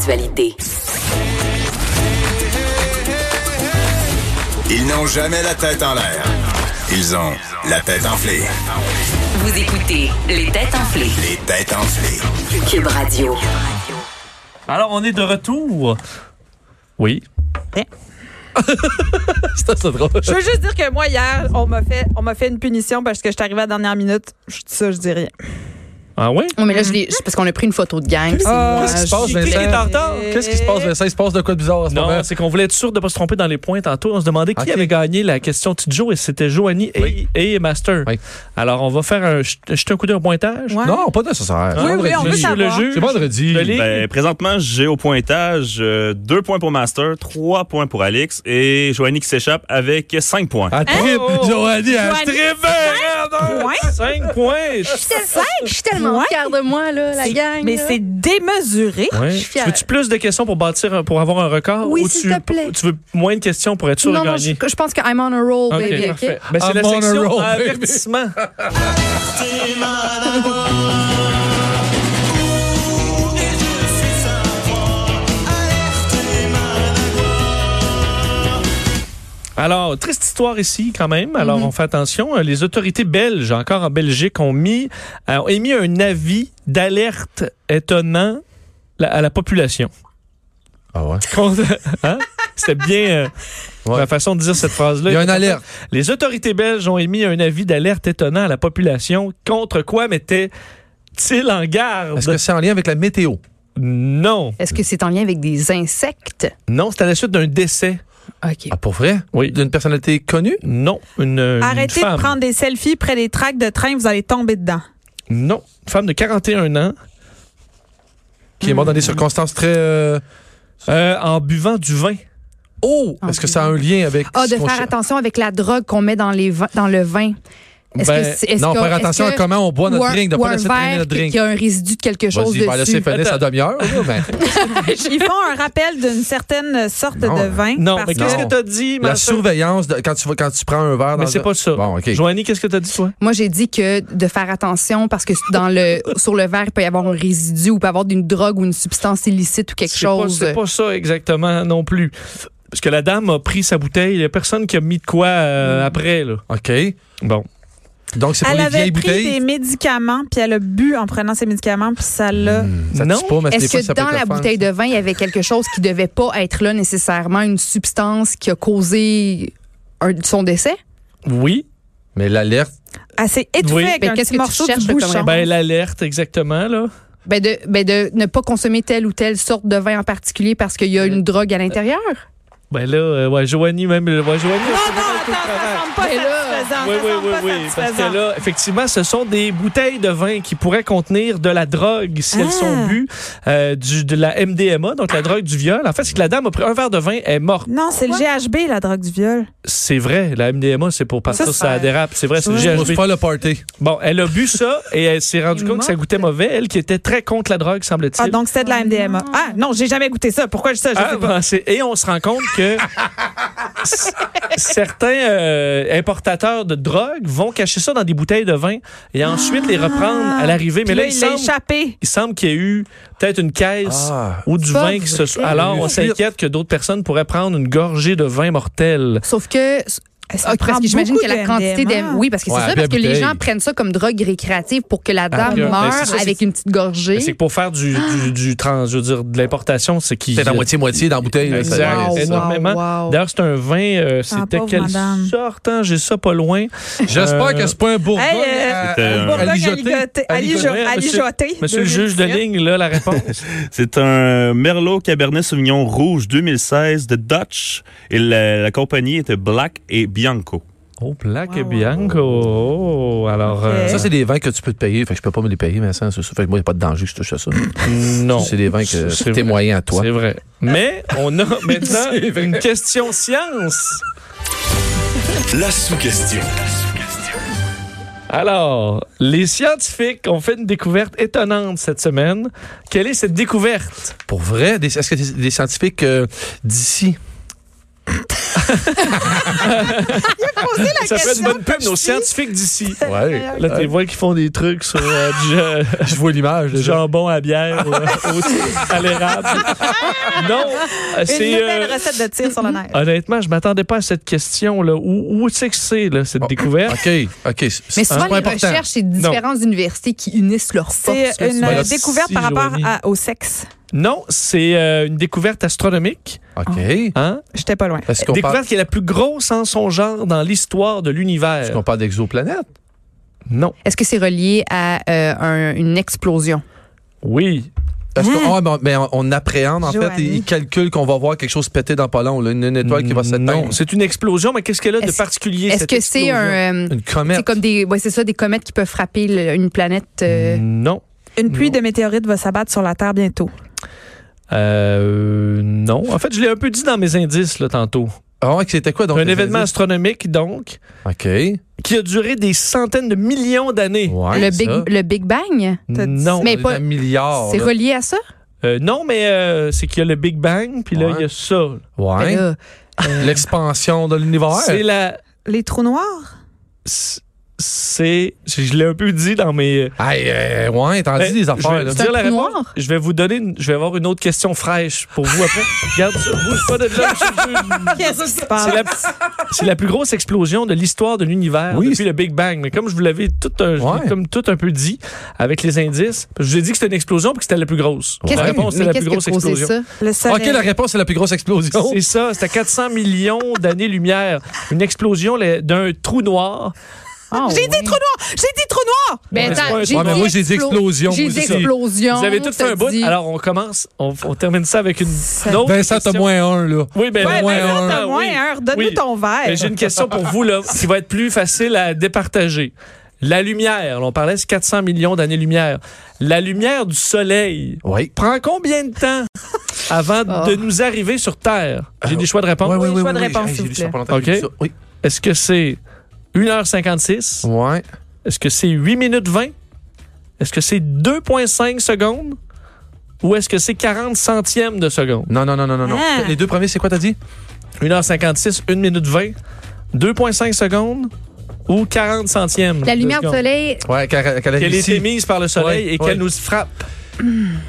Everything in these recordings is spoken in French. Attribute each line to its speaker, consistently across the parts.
Speaker 1: Actualité.
Speaker 2: Ils n'ont jamais la tête en l'air. Ils ont la tête enflée.
Speaker 1: Vous écoutez Les Têtes enflées.
Speaker 2: Les têtes enflées.
Speaker 1: Cube Radio.
Speaker 3: Alors, on est de retour. Oui. C'était ça drôle.
Speaker 4: Je veux juste dire que moi, hier, on m'a fait, on m'a fait une punition parce que je suis arrivée à la dernière minute. Je dis ça, je dis rien.
Speaker 3: Ah oui?
Speaker 5: Non, mais là, je l'ai- c'est parce qu'on a pris une photo de gang. c'est
Speaker 4: Mhm. Ah,
Speaker 5: moi,
Speaker 6: Qu'est-ce qui se
Speaker 5: je-
Speaker 6: passe,
Speaker 3: Qui est en
Speaker 6: Vincent?
Speaker 3: retard?
Speaker 4: Euh,
Speaker 6: Qu'est-ce qui se passe, Vincent? Il se passe de quoi de bizarre en ce moment?
Speaker 3: Non, c'est qu'on voulait être sûr de ne pas se tromper dans les points tantôt. On se demandait qui
Speaker 6: Ok.
Speaker 3: avait gagné la question de Joe et c'était Joanie et, et Master.
Speaker 6: Oui.
Speaker 3: Alors, on va faire un, jeter un coup d'un pointage.
Speaker 4: Ouais.
Speaker 6: Non, pas nécessaire.
Speaker 4: Oui, oui, on
Speaker 3: Le
Speaker 4: veut
Speaker 3: juge-
Speaker 4: savoir.
Speaker 3: Le juge.
Speaker 6: C'est vendredi.
Speaker 3: de ligue.
Speaker 7: Ben, présentement, j'ai au pointage 2 points pour Master, 3 points pour Alix et Joanie qui s'échappe avec 5 points.
Speaker 6: Ben, À trip, Joanie, à trip.
Speaker 4: Point?
Speaker 3: 5 Ah, points.
Speaker 5: Je suis tellement
Speaker 4: Ah, Ouais.
Speaker 5: fière de moi, là, la gang.
Speaker 4: Mais
Speaker 5: là.
Speaker 4: c'est démesuré.
Speaker 3: Ouais.
Speaker 5: suis fière.
Speaker 3: Veux-tu plus de questions pour bâtir, un- pour avoir un record?
Speaker 5: Oui,
Speaker 3: ou tu,
Speaker 5: s'il te plaît.
Speaker 3: Tu veux moins de questions pour être sûr
Speaker 5: Non,
Speaker 3: de
Speaker 5: non, je,
Speaker 3: gagner?
Speaker 5: je pense que I'm on a roll,
Speaker 6: Oh,
Speaker 3: Ok,
Speaker 5: baby. OK?
Speaker 3: parfait. Ben, c'est la
Speaker 6: I'm Ah, on a
Speaker 3: section
Speaker 6: roll, baby.
Speaker 3: avertissement. Alors, triste histoire ici quand même. Alors,
Speaker 6: Mhm.
Speaker 3: on fait attention. Euh, Les autorités belges, encore en Belgique, ont mis, euh, ont émis un avis d'alerte étonnant la- à la population.
Speaker 6: Ah ouais.
Speaker 3: Contre- hein? C'était bien euh,
Speaker 6: Ouais.
Speaker 3: ma façon de dire cette phrase-là.
Speaker 6: Il y a une alerte.
Speaker 3: Les autorités belges ont émis un avis d'alerte étonnant à la population. Contre quoi mettaient-ils en garde?
Speaker 6: Est-ce que c'est en lien avec la météo?
Speaker 3: Non.
Speaker 5: Est-ce que c'est en lien avec des insectes?
Speaker 3: Non, c'est à la suite d'un décès.
Speaker 5: OK.
Speaker 6: Ah, pour vrai?
Speaker 3: Oui.
Speaker 6: D'une personnalité connue?
Speaker 3: Non. Une, une
Speaker 4: Arrêtez de
Speaker 3: femme.
Speaker 4: prendre des selfies près des tracts de train, vous allez tomber dedans.
Speaker 3: Non. Une femme de 41 ans
Speaker 6: Qui est morte dans des circonstances très. euh,
Speaker 3: euh, en buvant du vin.
Speaker 6: Oh!
Speaker 5: Ah,
Speaker 6: Est-ce que ça a un lien avec.
Speaker 5: Ah,
Speaker 6: ce
Speaker 5: de
Speaker 6: qu'on
Speaker 5: faire
Speaker 6: cher-
Speaker 5: attention avec la drogue qu'on met dans, les vins- dans le vin. Est-ce
Speaker 6: Ben,
Speaker 5: que c'est- est-ce
Speaker 6: non,
Speaker 5: que-
Speaker 6: faire
Speaker 5: est-ce
Speaker 6: attention à
Speaker 5: que-
Speaker 6: comment on boit notre
Speaker 5: ou un-
Speaker 6: drink, de
Speaker 5: ou
Speaker 6: pas
Speaker 5: un
Speaker 6: laisser traîner
Speaker 5: verre
Speaker 6: notre
Speaker 5: qui-
Speaker 6: drink.
Speaker 5: Qui a un résidu de quelque chose
Speaker 6: Vas-y, ben, va laisser
Speaker 5: dessus.
Speaker 6: finir sa demi-heure. là, ben.
Speaker 4: Ils font un rappel d'une certaine sorte
Speaker 6: Non, hein.
Speaker 4: de vin.
Speaker 3: Non,
Speaker 4: parce
Speaker 3: mais
Speaker 4: que-
Speaker 3: qu'est-ce
Speaker 6: Non.
Speaker 3: que t'as dit, ma
Speaker 6: La
Speaker 3: soeur?
Speaker 6: surveillance, de- quand, tu, vas- quand tu prends un verre.
Speaker 3: Mais
Speaker 6: dans
Speaker 3: c'est
Speaker 6: un-
Speaker 3: pas ça.
Speaker 6: Bon, OK.
Speaker 3: Joanie, qu'est-ce que t'as dit, toi?
Speaker 5: Moi, j'ai dit que de faire attention parce que dans le, sur le verre, il peut y avoir un résidu ou peut y avoir une drogue ou une substance illicite ou quelque
Speaker 3: C'est pas-
Speaker 5: chose.
Speaker 3: C'est pas ça exactement non plus. Parce que la dame a pris sa bouteille, il n'y a personne qui a mis de quoi
Speaker 4: Mm.
Speaker 3: euh, après. Là.
Speaker 6: OK.
Speaker 3: Bon.
Speaker 6: Donc, c'est pour
Speaker 4: Elle
Speaker 6: les
Speaker 4: avait
Speaker 6: vieilles
Speaker 4: pris des
Speaker 6: bouteilles.
Speaker 4: médicaments, puis elle a bu en prenant ses médicaments, puis ça l'a.
Speaker 6: Ça
Speaker 3: Non.
Speaker 6: tue pas, mais des
Speaker 5: Est-ce
Speaker 6: fois,
Speaker 5: que
Speaker 6: ça peut
Speaker 5: dans
Speaker 6: être
Speaker 5: la
Speaker 6: offensant.
Speaker 5: bouteille de vin, il y avait quelque chose qui devait pas être là nécessairement, une substance qui a causé un- son décès?
Speaker 3: Oui.
Speaker 6: Mais l'alerte.
Speaker 4: Elle s'est étouffée
Speaker 3: Oui.
Speaker 4: avec
Speaker 5: Mais
Speaker 4: un
Speaker 5: qu'est-ce
Speaker 4: petit
Speaker 5: que tu
Speaker 4: morceau
Speaker 5: cherches
Speaker 4: de
Speaker 5: comme
Speaker 4: bouchon.
Speaker 5: réponse?
Speaker 3: Ben, l'alerte, exactement. Là.
Speaker 5: Ben de, ben de ne pas consommer telle ou telle sorte de vin en particulier parce qu'il y
Speaker 6: Euh,
Speaker 5: a une drogue à l'intérieur?
Speaker 3: Ben là, euh, ouais, Joanie, même. euh, Ouais, Joanie,
Speaker 4: non, non, attends, ça semble pas
Speaker 5: Mais là-
Speaker 4: satisfaisant.
Speaker 3: Oui,
Speaker 4: ça
Speaker 3: oui,
Speaker 4: semble
Speaker 3: oui,
Speaker 4: pas
Speaker 3: oui. Parce
Speaker 4: satisfaisant.
Speaker 3: que là, effectivement, ce sont des bouteilles de vin qui pourraient contenir de la drogue si elles
Speaker 4: Ah.
Speaker 3: sont bues, euh, du, de la MDMA, donc la drogue du viol. En fait, c'est que la dame a pris un verre de vin, elle est morte.
Speaker 4: Non, c'est le GHB, la drogue du viol.
Speaker 3: C'est vrai, la MDMA, c'est pour partir,
Speaker 4: Ça,
Speaker 3: ça,
Speaker 4: c'est-
Speaker 3: dérape. C'est vrai, c'est le
Speaker 4: Ouais.
Speaker 6: Je
Speaker 3: GHB.
Speaker 6: pas le party.
Speaker 3: Bon, elle a bu ça et elle s'est rendue
Speaker 5: Elle est
Speaker 3: compte que ça
Speaker 5: morte.
Speaker 3: goûtait mauvais. Elle qui était très contre la drogue, semble-t-il.
Speaker 4: Ah, donc c'est de la MDMA. Ah, non, j'ai jamais goûté ça. Pourquoi je dis ça? Je
Speaker 3: Ah,
Speaker 4: sais pas.
Speaker 3: ben, c'est- et on se rend compte que c- certains euh, importateurs de drogue vont cacher ça dans des bouteilles de vin et ensuite les reprendre à l'arrivée. Mais
Speaker 4: Puis
Speaker 3: là,
Speaker 4: là,
Speaker 3: il,
Speaker 4: il l'a
Speaker 3: semble,
Speaker 4: échappé.
Speaker 3: il semble qu'il y ait eu peut-être une caisse
Speaker 6: Ah.
Speaker 3: ou du
Speaker 5: Pas
Speaker 3: vin qui se soit.
Speaker 5: vrai.
Speaker 3: Alors, on
Speaker 6: Une fuite.
Speaker 3: s'inquiète que d'autres personnes pourraient prendre une gorgée de vin mortel.
Speaker 5: Sauf que.
Speaker 4: Ça
Speaker 5: Ah,
Speaker 4: prend
Speaker 5: parce que j'imagine
Speaker 4: beaucoup
Speaker 5: que la
Speaker 4: de
Speaker 5: quantité
Speaker 4: MDMA.
Speaker 5: de. Oui, parce que
Speaker 6: Ouais,
Speaker 5: c'est ça,
Speaker 6: puis la
Speaker 5: parce que les
Speaker 6: bouteille. Ah,
Speaker 5: gens prennent ça comme drogue récréative pour que la dame
Speaker 3: puis, euh, ben, c'est
Speaker 5: meure
Speaker 3: ça, c'est-
Speaker 5: avec une petite
Speaker 3: Mais C'est
Speaker 5: gorgée.
Speaker 3: que pour faire du, du, du trans, je veux dire, de l'importation, c'est qui.
Speaker 6: Peut-être à moitié-moitié dans la bouteille. là, ça-
Speaker 3: Exact.
Speaker 6: ouais, ça-
Speaker 3: énormément.
Speaker 5: wow.
Speaker 3: D'ailleurs, c'est un vin, euh, c'était
Speaker 4: pauvre
Speaker 3: quelle
Speaker 4: madame.
Speaker 3: sorte, hein? J'ai ça pas loin.
Speaker 6: J'espère
Speaker 3: Euh,
Speaker 6: que c'est pas un bourgogne.
Speaker 4: Hey, euh,
Speaker 6: à-
Speaker 7: C'était un-
Speaker 6: à- à
Speaker 4: Bourgogne,
Speaker 6: ligoter.
Speaker 4: aligoté-
Speaker 6: À
Speaker 4: ali-
Speaker 6: ligoter.
Speaker 4: ali-
Speaker 3: monsieur-
Speaker 4: aligoté,
Speaker 3: Monsieur le juge de
Speaker 4: 2017.
Speaker 3: ligne, là, la réponse.
Speaker 7: C'est un Merlot Cabernet Sauvignon Rouge 2016 de Dutch et la, la compagnie était Black et Bianco.
Speaker 3: Oh, Black
Speaker 4: Wow.
Speaker 3: et Bianco. Oh, alors, euh,
Speaker 6: Ça, c'est des vins que tu peux te payer. Fait que je peux pas me les payer, mais ça, c'est ça. Fait que moi, il n'y a pas de danger, je touche à ça.
Speaker 3: non.
Speaker 6: C'est des vins que
Speaker 3: C'est
Speaker 6: c'est
Speaker 3: vrai.
Speaker 6: tes moyens à toi.
Speaker 3: C'est vrai. Mais on a maintenant une question science.
Speaker 2: La sous-question.
Speaker 3: Alors, les scientifiques ont fait une découverte étonnante cette semaine. Quelle est cette découverte?
Speaker 6: Pour vrai, des- est-ce que des, des scientifiques euh, d'ici?
Speaker 4: Posez la
Speaker 3: Ça ferait une
Speaker 4: question.
Speaker 3: bonne pub, nos scientifiques d'ici.
Speaker 6: Ouais.
Speaker 3: Là, tu les vois qui font des trucs sur euh, du, euh,
Speaker 6: Je vois l'image.
Speaker 3: du
Speaker 6: déjà.
Speaker 3: jambon à bière ou euh, au- à l'érable. Non, euh,
Speaker 4: Une
Speaker 3: c'est...
Speaker 4: nouvelle
Speaker 3: euh, Ah,
Speaker 4: recette de tir sur la neige.
Speaker 3: Honnêtement, je m'attendais pas à cette question. Là. Où, où c'est que c'est, là, cette découverte?
Speaker 6: Oh. OK, OK.
Speaker 5: Mais
Speaker 6: c'est
Speaker 5: souvent,
Speaker 6: pas
Speaker 5: les
Speaker 6: important.
Speaker 5: recherches, c'est différentes universités qui unissent leurs forces.
Speaker 4: C'est
Speaker 5: là,
Speaker 4: une
Speaker 5: souvent.
Speaker 4: euh,
Speaker 3: Merci,
Speaker 4: découverte par rapport
Speaker 3: Joanie.
Speaker 4: à- au sexe.
Speaker 3: Non, c'est euh, une découverte astronomique.
Speaker 6: OK.
Speaker 3: Hein?
Speaker 4: J'étais pas loin.
Speaker 6: Est-ce qu'on
Speaker 3: découverte
Speaker 6: parle,
Speaker 3: qui est la plus grosse en son genre dans l'histoire de
Speaker 6: est-ce
Speaker 3: l'univers.
Speaker 6: qu'on parle d'exoplanète?
Speaker 3: Non.
Speaker 5: Est-ce que c'est relié à euh, un- une explosion?
Speaker 3: Oui.
Speaker 6: Est-ce qu'on- ah, mais- mais on, on appréhende, en fait.
Speaker 4: Joanie.
Speaker 6: Ils calculent qu'on va voir quelque chose péter dans pas long. là, une, une étoile qui va
Speaker 3: Non,
Speaker 6: s'éteindre.
Speaker 3: c'est une explosion, mais qu'est-ce qu'elle a de
Speaker 5: Est-ce-
Speaker 3: particulier,
Speaker 5: Est-ce
Speaker 3: cette
Speaker 5: que c'est
Speaker 3: explosion?
Speaker 5: un. euh,
Speaker 6: Une
Speaker 5: c'est
Speaker 6: comète.
Speaker 5: comme des. Ouais, c'est ça, des comètes qui peuvent frapper le- une planète. euh,
Speaker 6: Mmh.
Speaker 3: Non.
Speaker 4: Une pluie de météorites va s'abattre sur la Terre bientôt.
Speaker 3: Euh, non. En fait, je l'ai un peu dit dans mes indices, là, tantôt.
Speaker 6: Ah ouais, que c'était quoi, donc?
Speaker 3: un
Speaker 6: les
Speaker 3: événement
Speaker 6: indices?
Speaker 3: astronomique, donc,
Speaker 6: OK. Ouais,
Speaker 3: qui a duré des centaines de millions d'années.
Speaker 5: le, big,
Speaker 6: ça.
Speaker 5: le Big Bang?
Speaker 4: T'as dit-
Speaker 3: Non.
Speaker 5: Mais
Speaker 6: On est
Speaker 5: pas-
Speaker 6: à milliards.
Speaker 5: c'est
Speaker 6: là.
Speaker 5: relié à ça?
Speaker 3: Euh, non, mais euh, c'est qu'il y a le Big Bang, puis là,
Speaker 6: Ouais.
Speaker 3: il y a ça.
Speaker 5: Ben
Speaker 6: Ouais.
Speaker 5: là,
Speaker 6: L'expansion de
Speaker 3: C'est
Speaker 6: l'univers.
Speaker 3: la.
Speaker 4: Les trous noirs?
Speaker 3: C'est. Je je l'ai un peu dit dans mes.
Speaker 6: Aïe, euh, ouais, t'en
Speaker 3: Ben,
Speaker 6: dis des affaires,
Speaker 3: je vais
Speaker 6: là.
Speaker 3: vous dire la
Speaker 5: C'est un
Speaker 3: réponse.
Speaker 5: noir.
Speaker 3: Je vais vous donner. une- Je vais avoir une autre question fraîche pour vous après. Regarde, ça, bouge pas de là. monsieur.
Speaker 4: Qu'est-ce qui se
Speaker 3: Ah, C'est
Speaker 4: passe?
Speaker 3: la, c'est la plus grosse explosion de l'histoire de l'univers
Speaker 6: Oui,
Speaker 3: depuis
Speaker 6: c'est-
Speaker 3: le Big Bang. Mais comme je vous l'avais tout, un, je
Speaker 6: Ouais.
Speaker 3: l'ai comme tout un peu dit avec les indices, je vous ai dit que c'était une explosion puis que c'était la plus grosse.
Speaker 5: Qu'est-ce
Speaker 3: la
Speaker 5: que-
Speaker 3: réponse,
Speaker 5: mais
Speaker 3: c'est la
Speaker 5: qu'est-ce
Speaker 3: plus
Speaker 5: qui a
Speaker 3: grosse
Speaker 5: causé
Speaker 3: explosion.
Speaker 5: ça?
Speaker 4: Le
Speaker 6: OK,
Speaker 4: soleil.
Speaker 6: la réponse, c'est la plus grosse explosion.
Speaker 3: C'est ça, c'était 400 millions d'années-lumière. Une explosion là, d'un trou noir.
Speaker 5: Ah,
Speaker 4: J'ai
Speaker 5: ouais.
Speaker 4: dit trous noirs! J'ai dit trous noirs!
Speaker 5: Ben,
Speaker 3: c'est pas un-
Speaker 5: attends,
Speaker 6: Ouais, mais moi, j'ai dit
Speaker 5: explo-
Speaker 6: explosion,
Speaker 5: J'ai
Speaker 6: moi
Speaker 5: dit
Speaker 6: aussi.
Speaker 5: explosion.
Speaker 3: Vous avez tout fait
Speaker 5: t'as
Speaker 3: un bout.
Speaker 5: dit-
Speaker 3: Alors, on commence, on, on termine ça avec une, une autre
Speaker 6: Vincent, t'as
Speaker 3: question.
Speaker 6: moins un, là.
Speaker 3: Oui, ben,
Speaker 6: Ouais,
Speaker 3: moins
Speaker 6: Vincent,
Speaker 3: un.
Speaker 4: T'as
Speaker 3: Ah,
Speaker 4: moins
Speaker 3: oui.
Speaker 4: un. Donne-nous
Speaker 3: Oui.
Speaker 4: hein, ton verre.
Speaker 3: Ben, J'ai une question pour vous là, qui va être plus facile à départager. La lumière, là, on parlait de 400 millions d'années-lumière. La lumière du soleil
Speaker 6: Oui.
Speaker 3: prend combien de temps avant
Speaker 5: Oh.
Speaker 3: de nous arriver sur Terre? J'ai
Speaker 6: Euh,
Speaker 3: des choix de réponse.
Speaker 6: Ouais, ouais,
Speaker 4: Oui,
Speaker 6: ouais,
Speaker 4: choix de
Speaker 6: ouais,
Speaker 4: réponse,
Speaker 6: ouais,
Speaker 4: s'il
Speaker 6: j'ai
Speaker 4: vous
Speaker 6: lu ça
Speaker 4: plaît.
Speaker 6: pas longtemps,
Speaker 3: OK.
Speaker 6: j'ai lu ça. Oui.
Speaker 3: Est-ce que c'est 1h56?
Speaker 6: Ouais.
Speaker 3: Est-ce que c'est 8 minutes 20? Est-ce que c'est 2,5 secondes? Ou est-ce que c'est 40 centièmes de seconde?
Speaker 6: Non, non, non, non, non. non.
Speaker 4: Ah.
Speaker 6: Les deux premiers, c'est quoi, t'as dit?
Speaker 3: 1h56, 1 minute 20, 2,5 secondes ou 40 centièmes?
Speaker 5: La
Speaker 3: de
Speaker 5: lumière du
Speaker 3: seconde?
Speaker 5: soleil,
Speaker 6: Ouais, qu'elle qu'elle
Speaker 3: Qu'elle
Speaker 6: arrive
Speaker 3: est
Speaker 6: ici.
Speaker 3: émise par le soleil
Speaker 6: Ouais,
Speaker 3: et qu'elle
Speaker 6: ouais.
Speaker 3: nous frappe.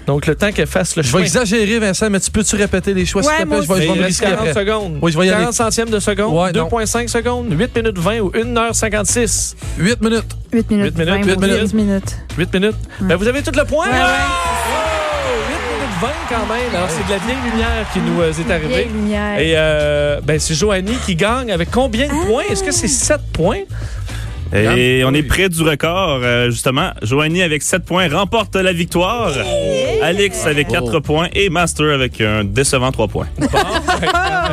Speaker 3: Donc, le temps qu'elle fasse le
Speaker 6: Je vais
Speaker 3: chemin.
Speaker 6: exagérer, Vincent, mais tu peux-tu répéter les choix,
Speaker 4: Ouais,
Speaker 6: s'il te
Speaker 4: moi
Speaker 6: plaît? Je
Speaker 3: Mais
Speaker 6: vais-
Speaker 3: il
Speaker 6: je vais me
Speaker 3: reste
Speaker 6: risquer
Speaker 3: 40
Speaker 6: après.
Speaker 3: secondes.
Speaker 6: Oui, je vais y aller.
Speaker 3: 40 centièmes de seconde,
Speaker 6: Ouais, non.
Speaker 3: 2,5 secondes, 8 minutes 20 ou 1h56.
Speaker 6: 8 minutes.
Speaker 5: 8 minutes.
Speaker 3: 8 minutes, huit
Speaker 5: 20, mon Dieu.
Speaker 3: minutes.
Speaker 4: 15 minutes.
Speaker 3: 8 minutes. Ben, vous avez tout le point.
Speaker 4: Ouais,
Speaker 3: là.
Speaker 4: ouais.
Speaker 3: Oh, 8 minutes 20 quand même. Alors, c'est de la vieille lumière qui nous euh, est arrivée.
Speaker 5: Vieille lumière.
Speaker 3: Et euh, ben, c'est Joanie qui gagne avec combien de points? Est-ce que c'est 7 points?
Speaker 7: Et on est près du record, euh, justement. Joanie avec 7 points remporte la victoire. Alex avec 4 points et Master avec un décevant 3 points.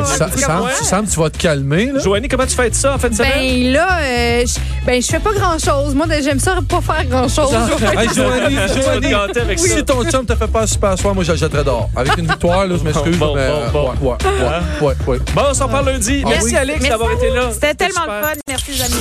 Speaker 6: Sam, Sam,
Speaker 3: ouais.
Speaker 6: Sam, tu vas te calmer, là.
Speaker 3: Ah, Joanie, comment tu fais ça en fin de semaine?
Speaker 5: Ben là, euh, je, ben, je fais pas grand-chose. Moi, j'aime ça pas faire grand-chose.
Speaker 6: Hey, Joanie,
Speaker 3: Tu vas te
Speaker 6: Joanie,
Speaker 3: gâter avec ça.
Speaker 6: si ton chum te fait pas un super soir, moi je le jetterais dehors. Avec une victoire, là, je m'excuse.
Speaker 3: Bon, bon,
Speaker 6: mais, euh,
Speaker 3: bon.
Speaker 6: Ouais, ouais, ouais, ouais.
Speaker 3: Bon, on s'en parle lundi.
Speaker 6: Ah
Speaker 3: Merci,
Speaker 6: oui.
Speaker 3: Alex,
Speaker 5: Merci
Speaker 3: d'avoir
Speaker 5: à
Speaker 3: été là.
Speaker 4: C'était tellement
Speaker 3: super.
Speaker 4: de fun. Merci, Jamy.